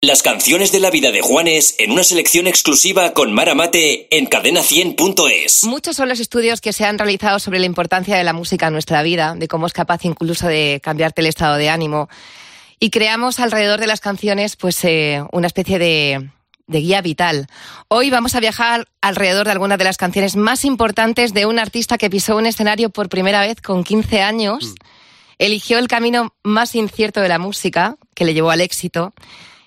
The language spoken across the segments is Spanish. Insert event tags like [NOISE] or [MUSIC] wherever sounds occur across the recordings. Las canciones de la vida de Juanes en una selección exclusiva con Mara Mate en cadena100.es. Muchos son los estudios que se han realizado sobre la importancia de la música en nuestra vida, de cómo es capaz incluso de cambiarte el estado de ánimo. Y creamos alrededor de las canciones pues eh, una especie de, de guía vital. Hoy vamos a viajar alrededor de algunas de las canciones más importantes de un artista que pisó un escenario por primera vez con 15 años, eligió el camino más incierto de la música, que le llevó al éxito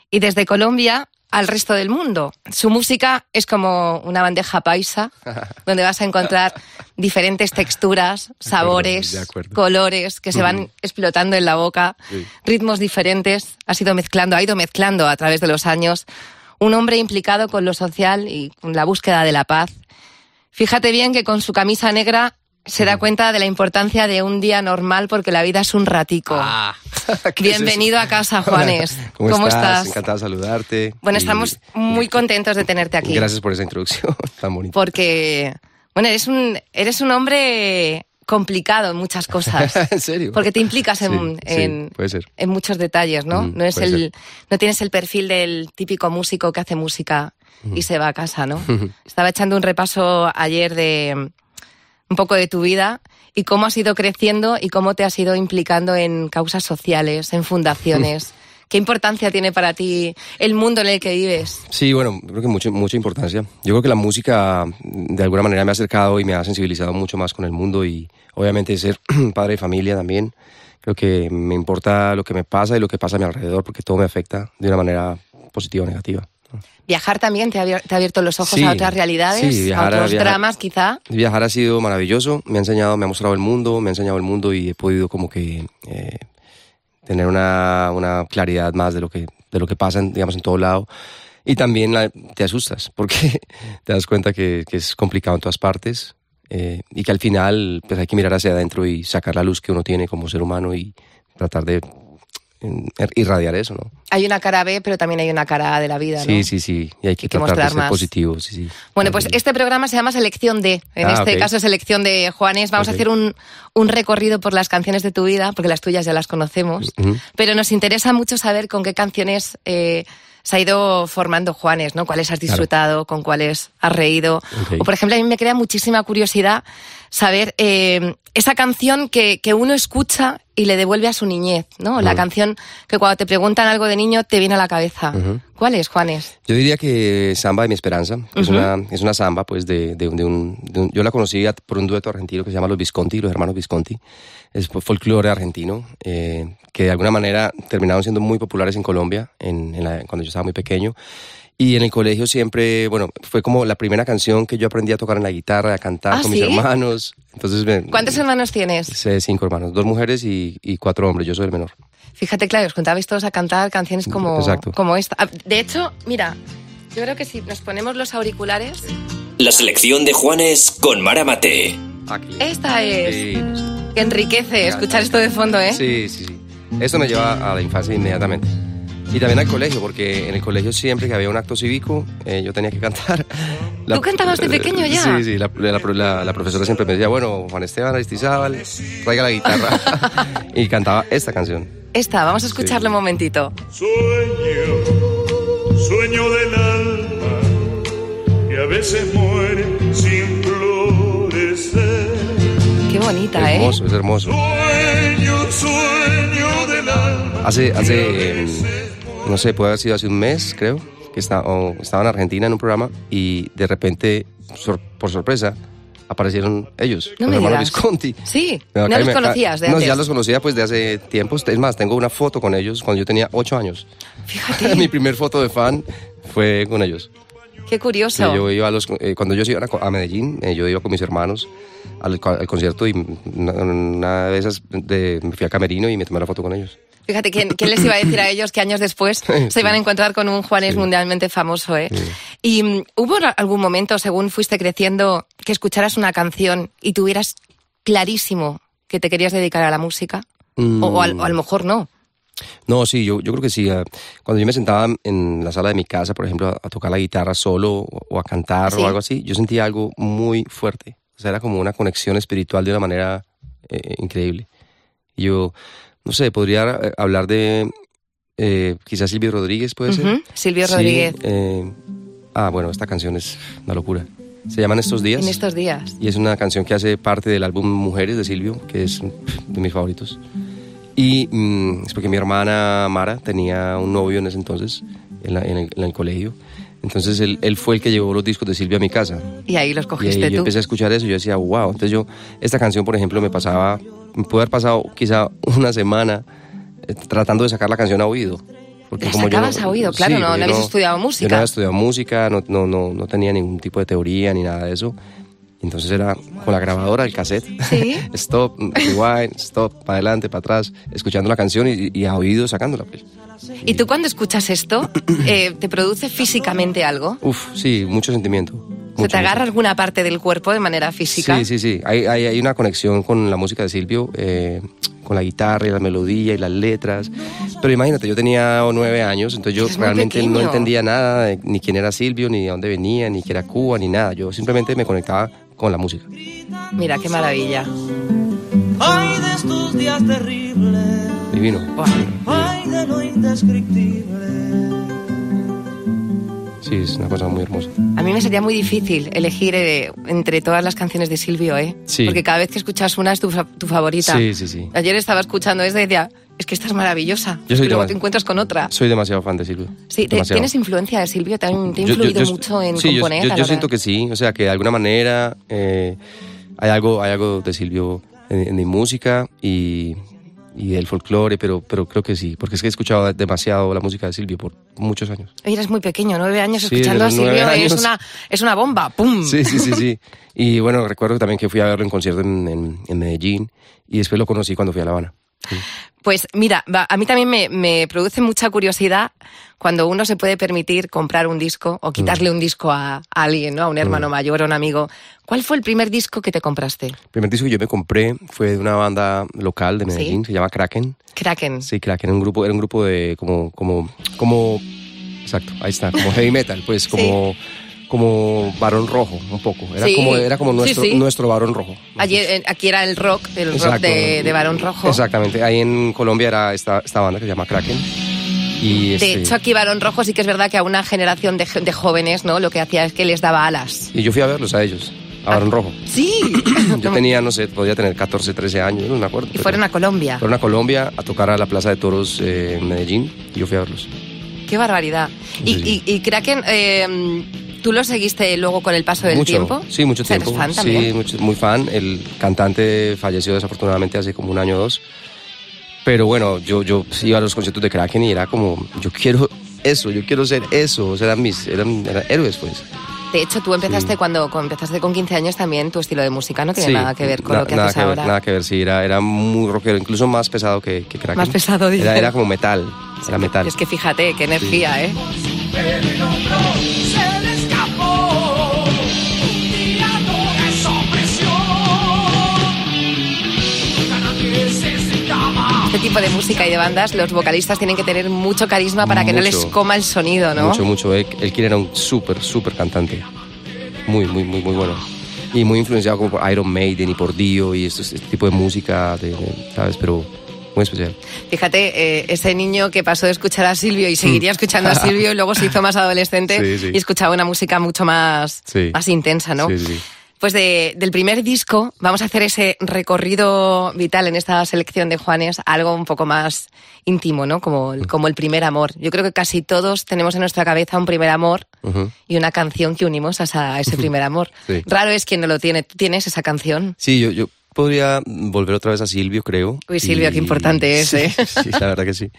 y desde Colombia al resto del mundo. Su música es como una bandeja [LAUGHS] paisa, donde vas a encontrar diferentes texturas, sabores, de acuerdo. colores que se van explotando en la boca, Sí. ritmos diferentes. Ha ido mezclando, ha ido mezclando a través de los años un hombre implicado con lo social y con la búsqueda de la paz. Fíjate bien que con su camisa negra se da cuenta de la importancia de un día normal porque la vida es un ratico. [LAUGHS] ¿Qué es Ah, eso? Ah. Bienvenido a [LAUGHS] casa, Hola, Juanes. ¿Cómo, estás? Encantado de saludarte. Bueno, Y estamos muy contentos de tenerte aquí. Gracias por esa introducción [LAUGHS] tan bonita. Porque, bueno, eres un, eres un hombre complicado en muchas cosas. [LAUGHS] en serio. Porque te implicas en, Sí, sí, en- puede ser. en muchos detalles, ¿no? Mm, no, es puede el, no tienes el perfil del típico músico que hace música Mm. y se va a casa, [LAUGHS] ¿no? Estaba echando un repaso ayer de mm, un poco de tu vida y cómo has ido creciendo y cómo te has ido implicando en causas sociales, en [LAUGHS] fundaciones. ¿Qué importancia tiene para ti el mundo en el que vives? Sí, bueno, creo que mucha, mucha importancia. Yo creo que la música mm, de alguna manera me ha acercado y me ha sensibilizado mucho más con el mundo y obviamente ser [CLEARS THROAT] padre de familia también. Creo que me importa lo que me pasa y lo que pasa a mi alrededor porque todo me afecta de una manera positiva o negativa. Viajar también te ha, abier- te ha abierto los ojos Sí, a otras realidades, sí, viajar, a otros viajar. dramas quizá. Viajar ha sido maravilloso, me ha enseñado, me ha mostrado el mundo, me ha enseñado el mundo y he podido como que eh, tener una, una claridad más de lo que, de lo que pasa, en, digamos, en todo lado. Y también la- te asustas [LAUGHS] porque te das cuenta que, que es complicado en todas partes eh, y que al final pues, hay que mirar hacia adentro y sacar la luz que uno tiene como ser humano y tratar de mm, irradiar eso, ¿no? Hay una cara B, pero también hay una cara A de la vida, Sí, ¿no? sí, sí. Y hay que, Hay que tratar de mostrar ser más. positivo, sí, sí. Bueno, pues este programa se llama Selección D. En Ah, este ok. caso, Selección de Juanes. Vamos Ok. a hacer un, un recorrido por las canciones de tu vida, porque las tuyas ya las conocemos. Ujú. Pero nos interesa mucho saber con qué canciones eh, se ha ido formando Juanes, ¿no? ¿Cuáles has disfrutado? ¿Con cuáles has reído? Ok. O, por ejemplo, a mí me crea muchísima curiosidad saber eh, esa canción que, que uno escucha y le devuelve a su niñez, ¿no? La canción que cuando te preguntan algo de niño te viene a la cabeza. ¿Cuál es, Juanes? Yo diría que Samba de mi esperanza, que es, una, es una samba, pues, de, de un, de un- de un- Yo la conocí a- por un dueto argentino que se llama Los Visconti, los hermanos Visconti. Es fol- folclore argentino, eh, que de alguna manera terminaron siendo muy populares en Colombia, en- en la- cuando yo estaba muy pequeño. Y en el colegio siempre, bueno, fue como la primera canción que yo aprendí a tocar en la guitarra, a cantar ¿Ah, con sí? mis hermanos. Entonces, me- ¿Cuántos hermanos tienes? Sé Cinco hermanos, dos mujeres y, y cuatro hombres, yo soy el menor. Fíjate, claro, os contabais todos a cantar canciones como, Mm, Exacto. como esta. Ah, De hecho, mira, yo creo que si nos ponemos los auriculares, La selección de Juanes con Mara Mate. Esta es. Sí, no sé. que enriquece escuchar esto de fondo, ¿eh? Sí, sí, sí. Esto me lleva a la infancia inmediatamente. Y también al colegio, porque en el colegio siempre que había un acto cívico, eh, yo tenía [LAUGHS] que cantar. ¿Tú cantabas de pequeño ya? Sí, sí. La, la- la- la profesora siempre me decía, bueno, Juan Esteban Aristizábal, traiga [LAUGHS] la guitarra. y cantaba esta canción. Esta, vamos a escucharlo un momentito. Sueño, sueño del alma, que a veces muere sin florecer. Qué bonita, ¿eh? hermoso, es hermoso. Sueño, sueño del alma. Hace, hace em, no sé, puede haber sido hace un mes, creo, que esta- o estaba en Argentina en un programa y de repente, sor- por sorpresa, aparecieron ellos, No los me hermanos digas. Visconti. Sí, Me no acá- los me acá- conocías de No, antes. ya los conocía pues de hace tiempos. Es más, tengo una foto con ellos cuando yo tenía ocho años. [LAUGHS] Mi Fíjate, primer foto de fan fue con ellos. qué Sí, curioso. yo iba a los, eh, cuando ellos iban a, co- a Medellín, eh, yo iba con mis hermanos al, co- al concierto y una, una de esas de- me fui a Camerino y me tomé la foto con ellos. Fíjate, ¿quién, quién les iba a decir a ellos que años [LAUGHS] después se iban a encontrar con un Juanes mundialmente famoso, ¿eh? Y mm, hubo algún momento, según fuiste creciendo, que escucharas una canción y tuvieras clarísimo que te querías dedicar a la música. O, o al- o a lo Mm. mejor no. No, sí, yo, yo creo que sí. eh, Cuando yo me sentaba en la sala de mi casa, por ejemplo, a, a tocar la guitarra solo o, o a cantar Sí. o algo así, yo sentía algo muy fuerte. O sea, era como una conexión espiritual de una manera eh, increíble. Yo, no sé, podría eh, hablar eh, de eh, quizás Silvio Rodríguez puede ser. Ujú, Silvio Sí, Rodríguez. eh, ah, bueno, esta canción es una locura. Se llaman Estos Días. En estos días. Y es una canción que hace parte del álbum Mujeres de Silvio, que es pf, de mis favoritos. Y mm, es porque mi hermana Mara tenía un novio en ese entonces, en, la- en el, en el colegio. Entonces él, él fue el que llevó los discos de Silvio a mi casa. Y ahí los Y ahí cogiste yo tú. empecé a escuchar eso y yo decía, wow. Entonces yo, esta canción, por ejemplo, me pasaba, me pudo haber pasado quizá una semana eh, tratando de sacar la canción a oído. Porque La como yo sacabas a oído, claro, no- porque no yo habías estudiado Yo no música. había estudiado música, no, no, no, no tenía ningún tipo de teoría ni nada de eso. Entonces era con la grabadora, el cassette. Sí. [LAUGHS] stop, rewind, stop, para adelante, para atrás, escuchando la canción y, y a oído sacándola. pues. ¿Y tú cuando escuchas [CLEARS THROAT] esto, eh, te produce físicamente algo? Uf, sí, mucho sentimiento. ¿Se mucho, te agarra mucho. alguna parte del cuerpo de manera física? Sí, sí, sí. Hay, hay- hay una conexión con la música de Silvio, eh, con la guitarra y la melodía y las letras. Pero imagínate, yo tenía nueve años, entonces yo Eres muy realmente no pequeño. entendía nada, de ni quién era Silvio, ni de dónde venía, ni qué era Cuba, ni nada. Yo simplemente me conectaba con la música. Mira, qué maravilla. Ay de estos días terribles, Divino. Buah. ay de lo indescriptible. Sí, es una cosa muy hermosa. A mí me sería muy difícil elegir eh, entre todas las canciones de Silvio, ¿eh? Sí. Porque cada vez que escuchas una es tu, fa- tu favorita. Sí, sí, sí. Ayer estaba escuchando esta y decía, es que esta es maravillosa. Yo soy Y luego igual. te encuentras con otra. Soy demasiado fan de Silvio. Sí, te- demasiado. ¿Tienes influencia de Silvio? ¿Te, han- te ha Yo- yo- influido yo- mucho en sí, yo- componer? Yo, a la yo hora- siento que sí, o sea, que de alguna manera eh, hay, algo, hay algo de Silvio en, en mi música y, y del folclore, pero, pero creo que sí, porque es que he escuchado demasiado la música de Silvio por muchos años. Oye, eres muy pequeño, nueve años Sí, escuchando a desde los nueve Silvio es años. una, es una bomba, ¡pum! Sí, sí, sí, sí. Y bueno, recuerdo también que fui a verlo en concierto en, en- en Medellín y después lo conocí cuando fui a La Habana. Pues mira, va- a mí también me, me produce mucha curiosidad cuando uno se puede permitir comprar un disco o Mm. quitarle un disco a, a alguien, ¿no? A un hermano mayor o un amigo. ¿Cuál fue el primer disco que te compraste? El primer disco que yo me compré fue de una banda local de Sí. Medellín, se llama Kraken. Kraken. Sí, Kraken era un grupo, era un grupo de como, como, como, exacto, ahí está, como heavy metal, pues como, como varón rojo, un poco. Era Sí. como, era como Sí, nuestro, sí. nuestro varón rojo. Ayer, eh, aquí era el rock, el rock Exacto. de, de Barón Rojo. Exactamente. Ahí en Colombia era esta, esta banda que se llama Kraken. Y De este, hecho, aquí Barón Rojo sí que es verdad que a una generación de, jo- de jóvenes, ¿no? Lo que hacía es que les daba alas. y yo fui a verlos a ellos, a [COUGHS] varón rojo. Sí. Yo tenía, no sé, podía tener 14, 13 años, no me acuerdo. y fueron a Colombia. fueron a Colombia a tocar a la Plaza de Toros eh, en Medellín y yo fui a verlos. Qué barbaridad. Y, Sí. y- y Kraken, eh, ¿tú lo seguiste luego con el paso del mucho, tiempo? Sí, mucho O sea, eres tiempo. fan sí, también. mucho- muy fan. El cantante falleció desafortunadamente hace como un año o dos. Pero bueno, yo, yo pues, iba a los conciertos de Kraken y era como, yo quiero eso, yo quiero ser eso. O sea, eran mis eran, eran héroes, pues. De hecho, tú empezaste cuando, cuando empezaste con 15 años también, tu estilo de música no tiene Sí, nada que ver con na- lo que nada haces ver, ahora. nada que ver, sí, era, era muy rockero, incluso más pesado que, que Kraken. Más pesado, dice. era, era como metal, era metal. Es que fíjate, qué energía, ¿eh? se le escapó un día toda esa opresión. Canadienses en cama. Este tipo de música y de bandas, los vocalistas tienen que tener mucho carisma para que no Mucho. les coma el sonido, ¿no? Mucho, mucho. Él, él quien era un súper, súper cantante. Muy, muy, muy, muy bueno. Y muy influenciado como por Iron Maiden y por Dio y estos- este tipo de música, de- de- ¿sabes? Pero muy especial. Fíjate, eh, ese niño que pasó de escuchar a Silvio y seguiría escuchando a Silvio y luego se [LAUGHS] hizo más adolescente Mm. Sí, sí. y escuchaba una música mucho más, Sí. más intensa, Ah, ¿no? Sí, sí. Pues de- del primer disco vamos a hacer ese recorrido vital en esta selección de Juanes, algo un poco más íntimo, ¿no? Como el, como el primer amor. Yo creo que casi todos tenemos en nuestra cabeza un primer amor Ujú. y una canción que unimos a, esa- a ese primer [LAUGHS] amor. Sí. Raro es quien no lo tiene. ¿Tú tienes esa canción? Sí, yo, yo podría volver otra vez a Silvio, creo. Uy, Silvio, qué [LAUGHS] importante es, Sí, ¿eh? sí, la verdad que sí.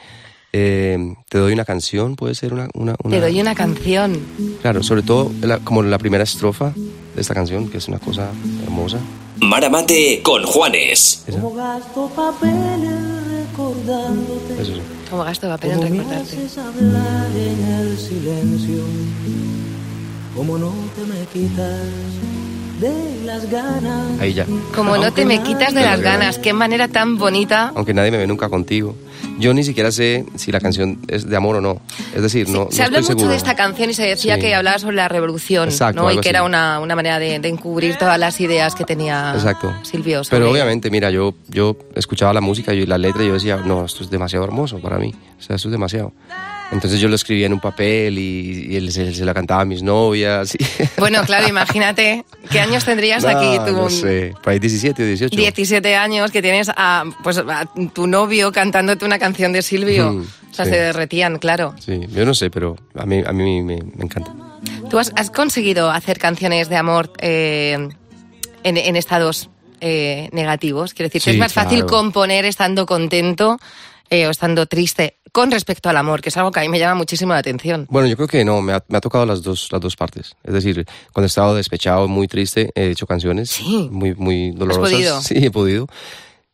Eh, te doy una canción, puede ser una... una, Te doy una canción. Claro, sobre todo la- como la primera estrofa de esta canción, que es una cosa hermosa. Maramate con Juanes. Esa, Como gasto papeles recordándote. eso sí. Como gasto papel en Como me recordarte. haces hablar en el silencio. Como no te me quitas de las ganas. Ahí ya. Como no te me quitas de De las las ganas. ganas, qué manera tan bonita. Aunque nadie me ve nunca contigo. Yo ni siquiera sé si la canción es de amor o no. Es decir, no. se no habla estoy mucho seguro. de esta canción y se decía Sí. que hablaba sobre la revolución, Exacto, ¿no? Y algo que así. era una, una manera de, de encubrir todas las ideas que tenía Exacto. Silvio. sobre- Pero obviamente, mira, yo, yo escuchaba la música y la letra y yo decía, no, esto es demasiado hermoso para mí. O sea, esto es demasiado. Entonces yo lo escribía en un papel y, y él se, se la cantaba a mis [LAUGHS] novias. y- Bueno, claro, imagínate qué años tendrías [LAUGHS] No, aquí tú. No sé, por ahí 17 o 18. 17 años que tienes a, pues, a tu novio cantándote una canción de Silvio. Mm, o sea, sí. se derretían, claro. Sí, yo no sé, pero a mí, a mí me, me encanta. ¿Tú has, has conseguido hacer canciones de amor eh, en, en estados eh, negativos? Quiero decir, que Sí, es más fácil claro. componer estando contento eh, o estando triste con respecto al amor, que es algo que a mí me llama muchísimo la atención. Bueno, yo creo que no, me ha, me ha tocado las dos, las dos partes. Es decir, cuando he estado despechado, muy triste, he hecho canciones Sí. muy, muy dolorosas. podido? [LAUGHS] Sí, he podido.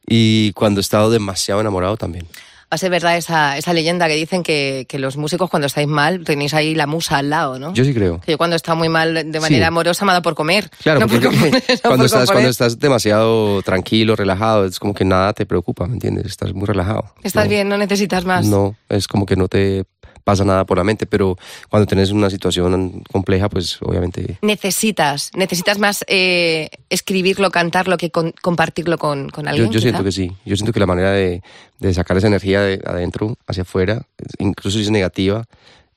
Y cuando he estado demasiado enamorado también. Va a ser verdad esa, esa leyenda que dicen que, que los músicos cuando estáis mal tenéis ahí la musa al lado, ¿no? Yo sí creo. Que yo cuando he estado muy mal de manera Sí. amorosa me ha dado por comer. [LAUGHS] Claro, No por porque componer, no cuando, por estás, cuando componer. estás demasiado tranquilo, relajado, es como que nada te preocupa, ¿me entiendes? Estás muy relajado. Estás No, bien, no necesitas más. No, es como que no te pasa nada por la mente, pero cuando tienes una situación compleja, pues obviamente... necesitas, necesitas más eh, escribirlo, cantarlo que con- compartirlo con, con Yo, alguien. yo siento quizá. que sí, yo siento que la manera de, de sacar esa energía de adentro hacia afuera, incluso si es negativa,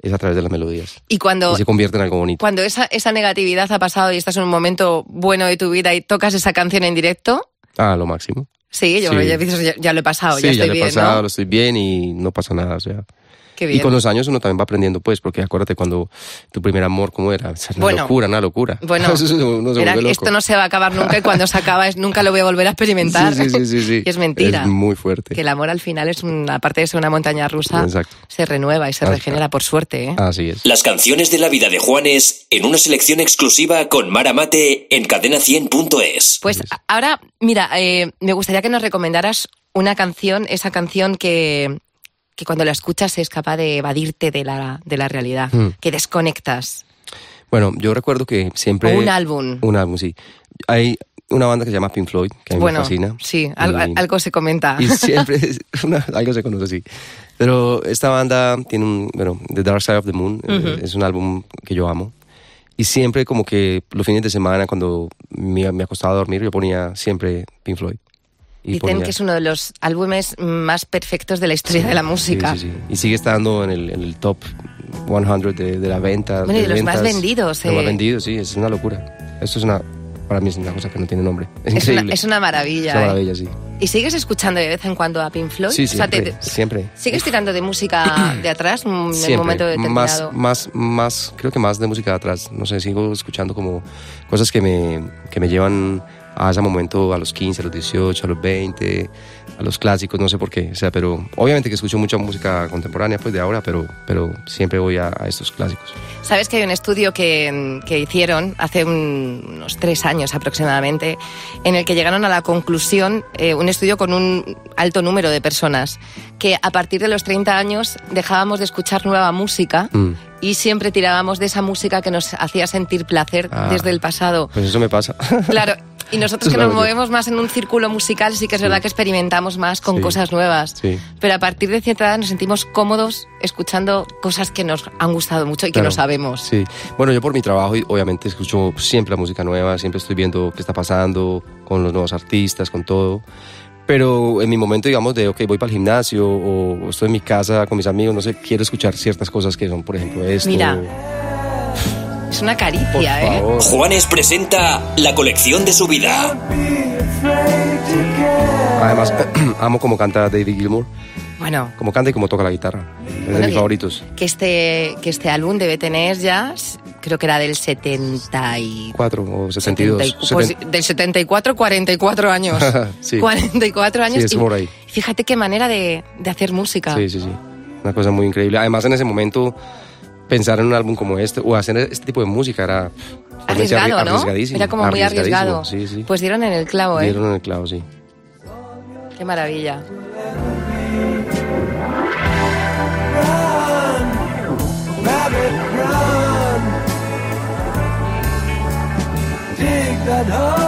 es a través de las melodías. Y cuando, Y se convierte en algo bonito. cuando esa, esa negatividad ha pasado y estás en un momento bueno de tu vida y tocas esa canción en directo, Ah, lo máximo. sí, yo Sí. ya, dices, ya- ya lo he pasado, Ah, sí, ya estoy lo he bien, pasado, ¿no? lo estoy bien y no pasa nada, o sea... Qué Y bien. con los años uno también va aprendiendo, pues, porque acuérdate cuando tu primer amor, ¿cómo era? O sea, una Bueno. locura, una locura. Bueno, [LAUGHS] Eso uno se era, vuelve loco. esto no se va a acabar nunca y cuando se acaba es nunca lo voy a volver a experimentar. Sí, sí, sí, sí, sí. [LAUGHS] Y es mentira. Es muy fuerte. Que el amor al final es una, aparte de ser una montaña rusa, Exacto. se renueva y se Ah, regenera por suerte, ¿eh? Así es. Las canciones de la vida de Juanes en una selección exclusiva con Mara Mate en cadena100.es. Pues a- ahora, mira, eh, me gustaría que nos recomendaras una canción, esa canción que, que cuando la escuchas es capaz de evadirte de la, de la realidad, Mm. que desconectas. Bueno, yo recuerdo que siempre... O un álbum. Un álbum, sí. Hay una banda que se llama Pink Floyd, que a mí bueno, me fascina. sí, al- Y- al- algo se comenta. Y siempre es [LAUGHS] una- algo se conoce así. Pero esta banda tiene un, bueno, The Dark Side of the Moon eh, es un álbum que yo amo. Y siempre como que los fines de semana cuando me, me acostaba a dormir yo ponía siempre Pink Floyd. Y Dicen ponía- que es uno de los álbumes más perfectos de la historia de la Sí, música. sí, sí. Y sigue estando en el, en el top 100 de, de la venta. Bueno, y de los más ventas. vendidos, De Los eh. más vendidos, sí, es una locura. Esto es una, para mí es una cosa que no tiene nombre. Es, Es, una, increíble. es una maravilla. Es una ¿eh? maravilla, sí. ¿Y sigues escuchando de vez en cuando a Pink Floyd? Sí, O sea, te- siempre, te- siempre. ¿Sigues tirando de música de atrás en un Siempre. momento determinado? Más, más, más, creo que más de música de atrás. No sé, sigo escuchando como cosas que me, que me llevan a ese momento, a los 15, a los 18, a los 20, a los clásicos, no sé por qué. O sea, pero obviamente que escucho mucha música contemporánea, pues de ahora, pero, pero siempre voy a, a estos clásicos. Sabes que hay un estudio que, que hicieron hace un- unos tres años aproximadamente, en el que llegaron a la conclusión, eh, un estudio con un alto número de personas, que a partir de los 30 años dejábamos de escuchar nueva música Mm. y siempre tirábamos de esa música que nos hacía sentir placer Ah. desde el pasado. Pues eso me pasa. Claro. Y nosotros Es que una nos belleza. movemos más en un círculo musical, sí que es verdad que experimentamos más con Sí. cosas nuevas. Sí. Pero a partir de cierta edad nos sentimos cómodos escuchando cosas que nos han gustado mucho y que Claro. no sabemos. Sí. Bueno, yo por mi trabajo, y obviamente, escucho siempre la música nueva, siempre estoy viendo qué está pasando con los nuevos artistas, con todo. Pero en mi momento, digamos, de, ok, voy para el gimnasio o estoy en mi casa con mis amigos, no sé, quiero escuchar ciertas cosas que son, por ejemplo, esto. Mira, Es una por caricia, ¿eh? favor. Juanes presenta la colección de su vida. Además, [CLEARS THROAT] amo cómo canta David Gilmour, Bueno, cómo canta y cómo toca la guitarra. Es de Bueno, mis que- favoritos. que este, que este álbum debe tener ya, s- creo que era del 70 y... Cuatro o 72. setenta y- pues, del 74, 44 años. [LAUGHS] Sí. 44 años. Sí, es y por ahí. Fíjate qué manera de, de hacer música. Sí, sí, sí. Una cosa muy increíble. Además, en ese momento, pensar en un álbum como este o hacer este tipo de música era pff, totalmente Pues arri- Arriesgado, ¿no? arriesgadísimo, Era como muy arriesgado. arriesgadísimo. Sí, sí. Pues dieron en el clavo, ¿eh? Dieron en el clavo, sí. Qué maravilla. Rabbit, run. Dig the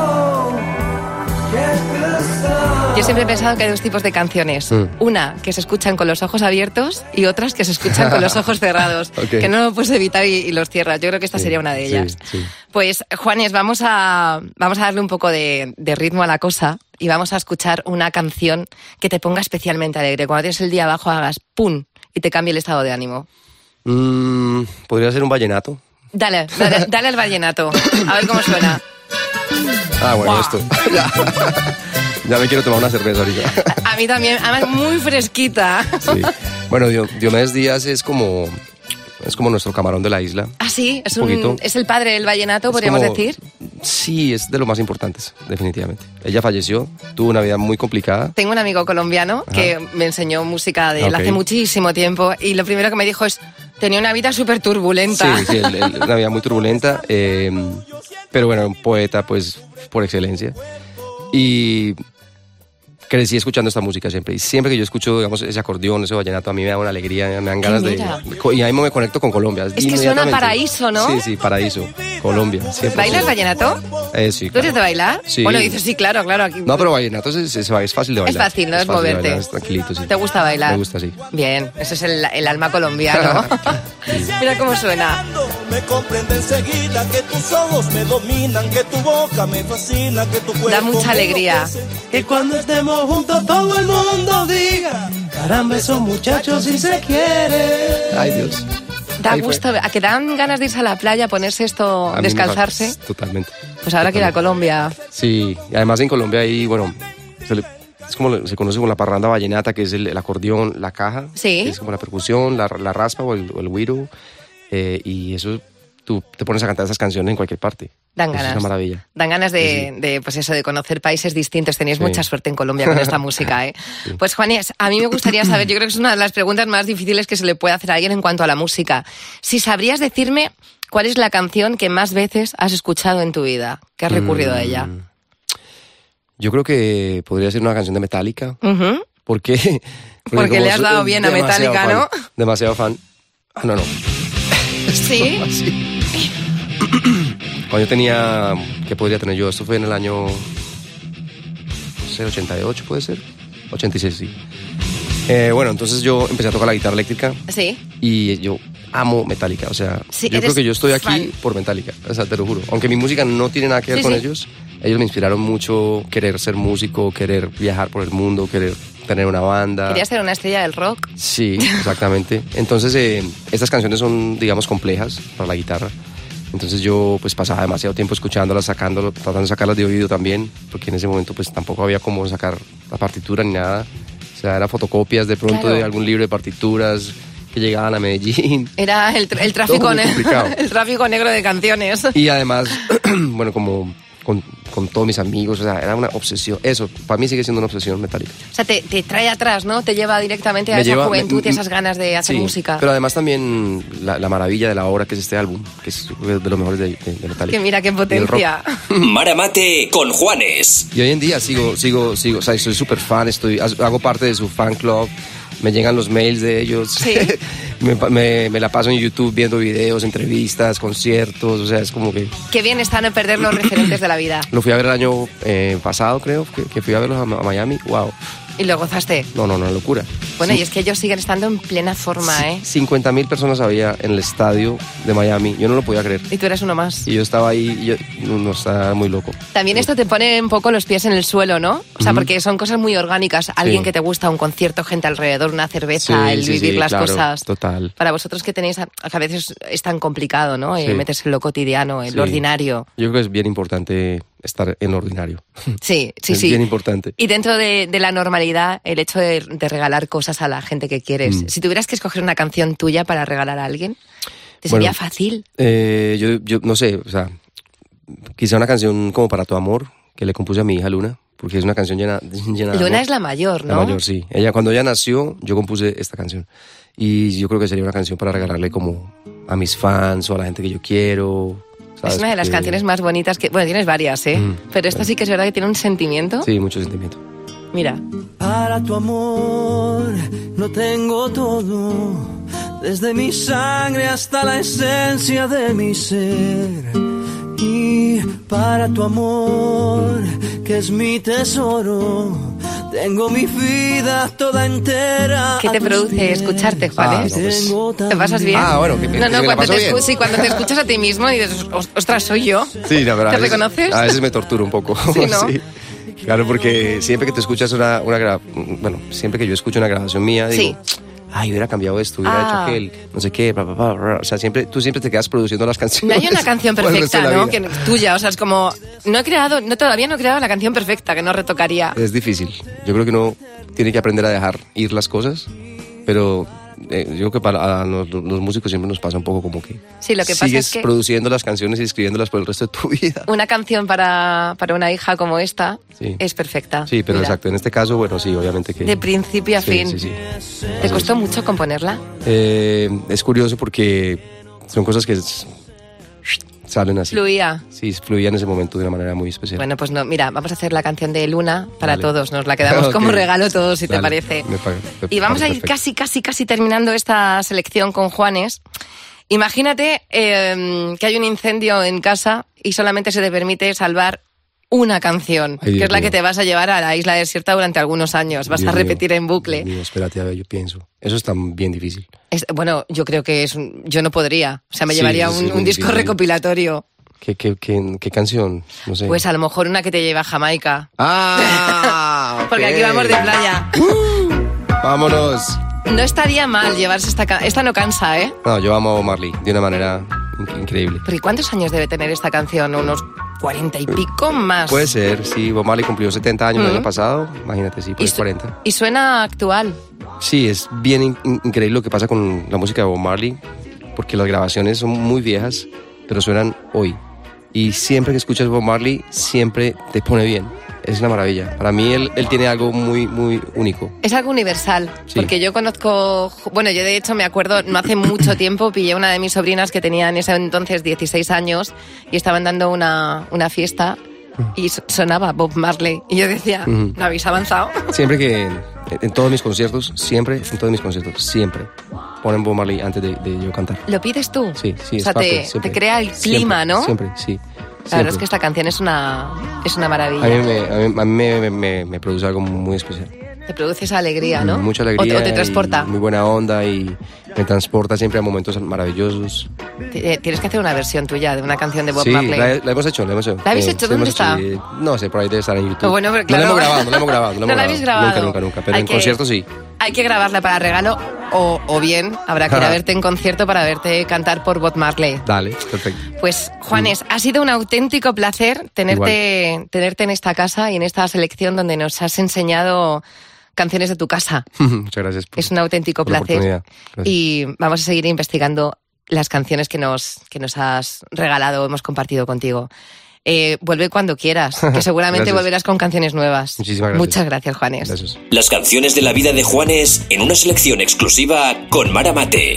Yo siempre he pensado que hay dos tipos de canciones. Mm. Una que se escuchan con los ojos abiertos y otras que se [LAUGHS] escuchan con los ojos cerrados, Ok. que no lo puedes evitar y, y los cierras. Yo creo que esta sería una de Sí, ellas. sí. Pues, Juanes, vamos a, vamos a darle un poco de, de ritmo a la cosa y vamos a escuchar una canción que te ponga especialmente alegre. Cuando tienes el día abajo, hagas pum y te cambie el estado de ánimo. Mm, Podría ser un vallenato. Dale, [LAUGHS] dale, dale al vallenato. A ver cómo suena. Ah, bueno, Buah. esto. [LAUGHS] ya. Ya me quiero tomar una cerveza ahorita. [LAUGHS] A mí también, además muy fresquita. Sí. Bueno, Dio- Diomedes Díaz es como, es como nuestro camarón de la isla. Ah, sí, es, Un un- poquito. es el padre del vallenato, Es podríamos como- decir. Sí, es de lo más importantes, definitivamente. Ella falleció, tuvo una vida muy complicada. Tengo un amigo colombiano que me enseñó música de él Ok. hace muchísimo tiempo y lo primero que me dijo es, tenía una vida súper Sí, turbulenta. sí, el- el- una vida muy turbulenta. eh, pero bueno, un poeta, pues, por excelencia. Y crecí escuchando esta música siempre. Y siempre que yo escucho, digamos, ese acordeón, ese vallenato, a mí me da una alegría, me dan ganas de... mira. Y ahí me conecto con Colombia. que suena inmediatamente. paraíso, ¿no? Sí, sí, paraíso. Colombia, siempre. ¿Bailas vallenato? Eh, sí, ¿Tú eres claro. de bailar? Sí. Bueno, dices, sí, claro, claro. Aquí... No, pero vallenato es, es, es- es fácil de Es bailar. fácil, ¿no? Es, fácil de moverte. bailar, es tranquilito, sí. ¿Te gusta bailar? Me gusta, sí. Bien, eso es el, el alma colombiano. [LAUGHS] Mira cómo suena. Me comprende enseguida que tus ojos me dominan, que tu boca me fascina, que tu cuerpo. Da mucha alegría. Que cuando estemos juntos todo el mundo diga: Caramba, esos muchachos si se quieren. Ay, Dios. Da Ahí fue. gusto, a que dan ganas de irse a la playa, ponerse esto, A mí me descansarse. fa- Totalmente. Pues ahora que ir a Colombia. Sí, y además en Colombia ahí, bueno, se le- es como le- se conoce como la parranda vallenata, que es el, el acordeón, la caja, Sí. que es como la percusión, la, la raspa o el, o el güiro, eh, y eso tú te pones a cantar esas canciones en cualquier parte. Dan Eso ganas. Pues Es una maravilla. Dan ganas de, de, pues eso, de conocer países distintos. Tenéis mucha suerte en Colombia con esta música, [LAUGHS] ¿eh? Pues Juanes, a mí me gustaría saber, yo creo que es una de las preguntas más difíciles que se le puede hacer a alguien en cuanto a la música. Si sabrías decirme cuál es la canción que más veces has escuchado en tu vida, que has recurrido a ella. Yo creo que podría ser una canción de Metallica, Ujú. [LAUGHS] ¿Por qué? Porque como le has soy dado bien a demasiado Metallica, ¿no? fan, Demasiado fan. Ah, no, no. Sí. [LAUGHS] Sí. Cuando yo tenía, ¿qué podría tener yo? Esto fue en el año, no sé, 88 puede ser. 86, sí. Eh, bueno, entonces yo empecé a tocar la guitarra eléctrica Sí. y yo amo Metallica. O sea, Sí, yo eres creo que yo estoy aquí fan. por Metallica. O sea, te lo juro. Aunque mi música no tiene nada que ver Sí, con sí. ellos, ellos me inspiraron mucho querer ser músico, querer viajar por el mundo, querer tener una banda. Querías ser una estrella del rock. Sí, exactamente. Entonces, eh, estas canciones son, digamos, complejas para la guitarra. Entonces yo pues pasaba demasiado tiempo escuchándolas, sacándolas, tratando de sacarlas de oído también, porque en ese momento pues tampoco había cómo sacar la partitura ni nada. O sea, eran fotocopias de pronto Claro. de algún libro de partituras que llegaban a Medellín. Era el, tr- el Todo tráfico muy ne- complicado. [LAUGHS] el tráfico negro de canciones. Y además, [CLEARS THROAT] bueno, como con, con todos mis amigos, o sea, era una obsesión. Eso, para mí sigue siendo una obsesión metálica. O sea, te, te trae atrás, ¿no? Te lleva directamente a Me esa lleva- me- juventud y me- esas ganas de hacer sí, música. Pero además también la, la maravilla de la obra que es este álbum, que es de los mejores de, de- de Metallica. Que mira qué Y del rock. potencia. Mara Mate con Juanes. Y hoy en día sigo, sigo, sigo, o sea, soy súper fan, estoy, hago parte de su fan club, me llegan los mails de ellos, Sí. [LAUGHS] me, pa- me- me la paso en YouTube viendo videos, entrevistas, conciertos, o sea, es como que... Qué bien está no perder [CLEARS THROAT] los referentes de la vida. Lo fui a ver el año eh, pasado, creo, que, que fui a verlos a, Ma- a Miami, wow, Y lo gozaste. no, no, no, locura. Bueno, y es que ellos siguen estando en plena forma, ¿eh? 50 mil personas había en el estadio de Miami, yo no lo podía creer. Y tú eres uno más. Y yo estaba ahí, y yo, no, no, estaba muy loco. También esto te pone un poco los pies en el suelo, ¿no? O sea, porque son cosas muy orgánicas. Alguien Sí. que te gusta, un concierto, gente alrededor, una cerveza, Sí, el sí, vivir sí, las claro, cosas. total. Para vosotros que tenéis, a, que a veces es tan complicado, ¿no? Eh, Sí. meterse en lo cotidiano, en Sí. lo ordinario. Yo creo que es bien importante estar en ordinario. [LAUGHS] Sí, sí, Es sí. bien importante. Y dentro de, de la normalidad, el hecho de, de regalar cosas a la gente que quieres. Mm. Si tuvieras que escoger una canción tuya para regalar a alguien, ¿te sería Bueno. fácil? Eh, yo, yo no sé, o sea, quizá una canción como Para tu amor, que le compuse a mi hija Luna, porque es una canción llena, llena de Luna amor. es la mayor, ¿no? La mayor, sí. Ella, cuando ella nació, yo compuse esta canción. Y yo creo que sería una canción para regalarle como a mis fans o a la gente que yo quiero. ¿sabes? Es una de las Porque- canciones más bonitas que... Bueno, tienes varias, ¿eh? Pero esta sí que es verdad que tiene un sentimiento. Sí, mucho sentimiento. Mira, Para tu amor no tengo todo, desde mi sangre hasta la esencia de mi ser. Y para tu amor, que es mi tesoro, tengo mi vida toda entera. ¿Qué te a tus produce pies. escucharte, Juan? Ah, eh? no, pues- Tengo ¿Te pasas bien? Ah, bueno, que- que no, me no, la cuando paso te, bien. escu- sí, cuando te escuchas a ti mismo y dices, "Os- ostras, soy yo. Sí, la verdad. ¿Te a veces- reconoces? A veces me torturo un poco. [LAUGHS] Sí, ¿no? Claro, porque siempre que te escuchas una, una gra- bueno, siempre que yo escucho una grabación mía, digo, ay, hubiera cambiado esto, hubiera Ah. hecho aquel, no sé qué, bla, bla, bla, bla". O sea, siempre, tú siempre te quedas produciendo las No canciones. hay [LAUGHS] una canción por el resto de perfecta, la ¿no? vida. Que es tuya, o sea, es como no he creado, no todavía no he creado la canción perfecta que no retocaría. Es difícil. Yo creo que uno tiene que aprender a dejar ir las cosas, pero eh, yo creo que para a los, los músicos siempre nos pasa un poco como que Sí, lo que pasa sigues es que- produciendo las canciones y escribiéndolas por el resto de tu [LAUGHS] vida. Una canción para, para una hija como esta Sí. es perfecta. Sí, pero Ah, Mira, exacto. En este caso, bueno, sí, obviamente que... De principio a Sí, fin. sí, sí. ¿Te costó mucho componerla? Eh, es curioso porque son cosas que s- salen así. Fluía. Sí, fluía en ese momento de una manera muy especial. Bueno, pues no, mira, vamos a hacer la canción de Luna para Vale. todos, nos la quedamos [LAUGHS] Ok. como regalo todos, si te Dale, parece. me pa- me y vamos parece a ir perfecto. casi, casi, casi terminando esta selección con Juanes. Imagínate eh, que hay un incendio en casa y solamente se te permite salvar una canción, Ay, que Dios es la mío. que te vas a llevar a la isla desierta durante algunos años, vas Dios a mío, repetir en bucle. Dios mío, espérate, a ver, yo pienso. Eso es tan bien difícil. Es- bueno, yo creo que es un- yo no podría, o sea, me Sí, llevaría sí, sí, un, es un muy disco difícil. recopilatorio. ¿Qué, qué, qué, qué canción? No sé. Pues a lo mejor una que te lleva a Jamaica, ¡Ah! [LAUGHS] porque ok. aquí vamos de playa. ¡Vámonos! No estaría mal llevarse esta ca- esta no cansa, ¿eh? No, yo amo a Bob Marley de una manera in- increíble. Porque ¿cuántos años debe tener esta canción? ¿Unos cuarenta y pico más? Puede ser, sí, Bob Marley cumplió 70 años el año pasado. Imagínate, sí, y, pues su- 40. y suena actual. Sí, es bien in- in- increíble lo que pasa con la música de Bob Marley, porque las grabaciones son muy viejas, pero suenan hoy. Y siempre que escuchas Bob Marley, siempre te pone bien. Es una maravilla. Para mí, él, él tiene algo muy, muy único. Es algo universal, Sí. porque yo conozco, bueno, yo de hecho me acuerdo, no hace [COUGHS] mucho tiempo pillé a una de mis sobrinas que tenía en ese entonces 16 años y estaban dando una, una fiesta Mm. y so- sonaba Bob Marley y yo decía, Ujú. ¿no habéis avanzado? Siempre que, en, en todos mis conciertos, siempre, en todos mis conciertos, siempre ponen Bob Marley antes de, de yo cantar. ¿Lo pides tú? Sí, sí, O es sea, parte, te, siempre. te crea el Siempre, clima, ¿no? Siempre, sí. La verdad siempre. es que esta canción es una, es una maravilla. A mí, me, a mí- a mí me- me- me- me produce algo muy especial. Te produce esa alegría, ¿no? Mm, Mucha O te- alegría. O te y transporta. Muy buena onda y me transporta siempre a momentos maravillosos. Te- eh, Tienes que hacer una versión tuya de una canción de Bob sí, Marley. la, la hemos hecho, la hemos hecho. Eh, ¿La habéis hecho? sí, la hemos ¿Dónde hecho, y, no sé, por ahí debe estar en YouTube. Pero bueno, pero No la claro. hemos grabado, no la hemos [LAUGHS] grabado. No, la, No la hemos habéis grabado. Nunca, nunca, nunca. Pero Hay en que- concierto sí. Hay que grabarla para regalo o, o bien habrá que ir [LAUGHS] a verte en concierto para verte cantar por Bob Marley. Dale, perfecto. [LAUGHS] Pues Mm. Juanes, ha sido un auténtico placer tenerte, tenerte en esta casa y en esta selección donde nos has enseñado canciones de tu casa. Muchas gracias. Por, Es un auténtico por la placer. oportunidad. Gracias. Y vamos a seguir investigando las canciones que nos, que nos has regalado, hemos compartido contigo. Eh, vuelve cuando quieras, [LAUGHS] que seguramente Gracias. volverás con canciones nuevas. Muchísimas gracias. Muchas gracias, Juanes. Gracias. Las canciones de la vida de Juanes en una selección exclusiva con Mara Mate.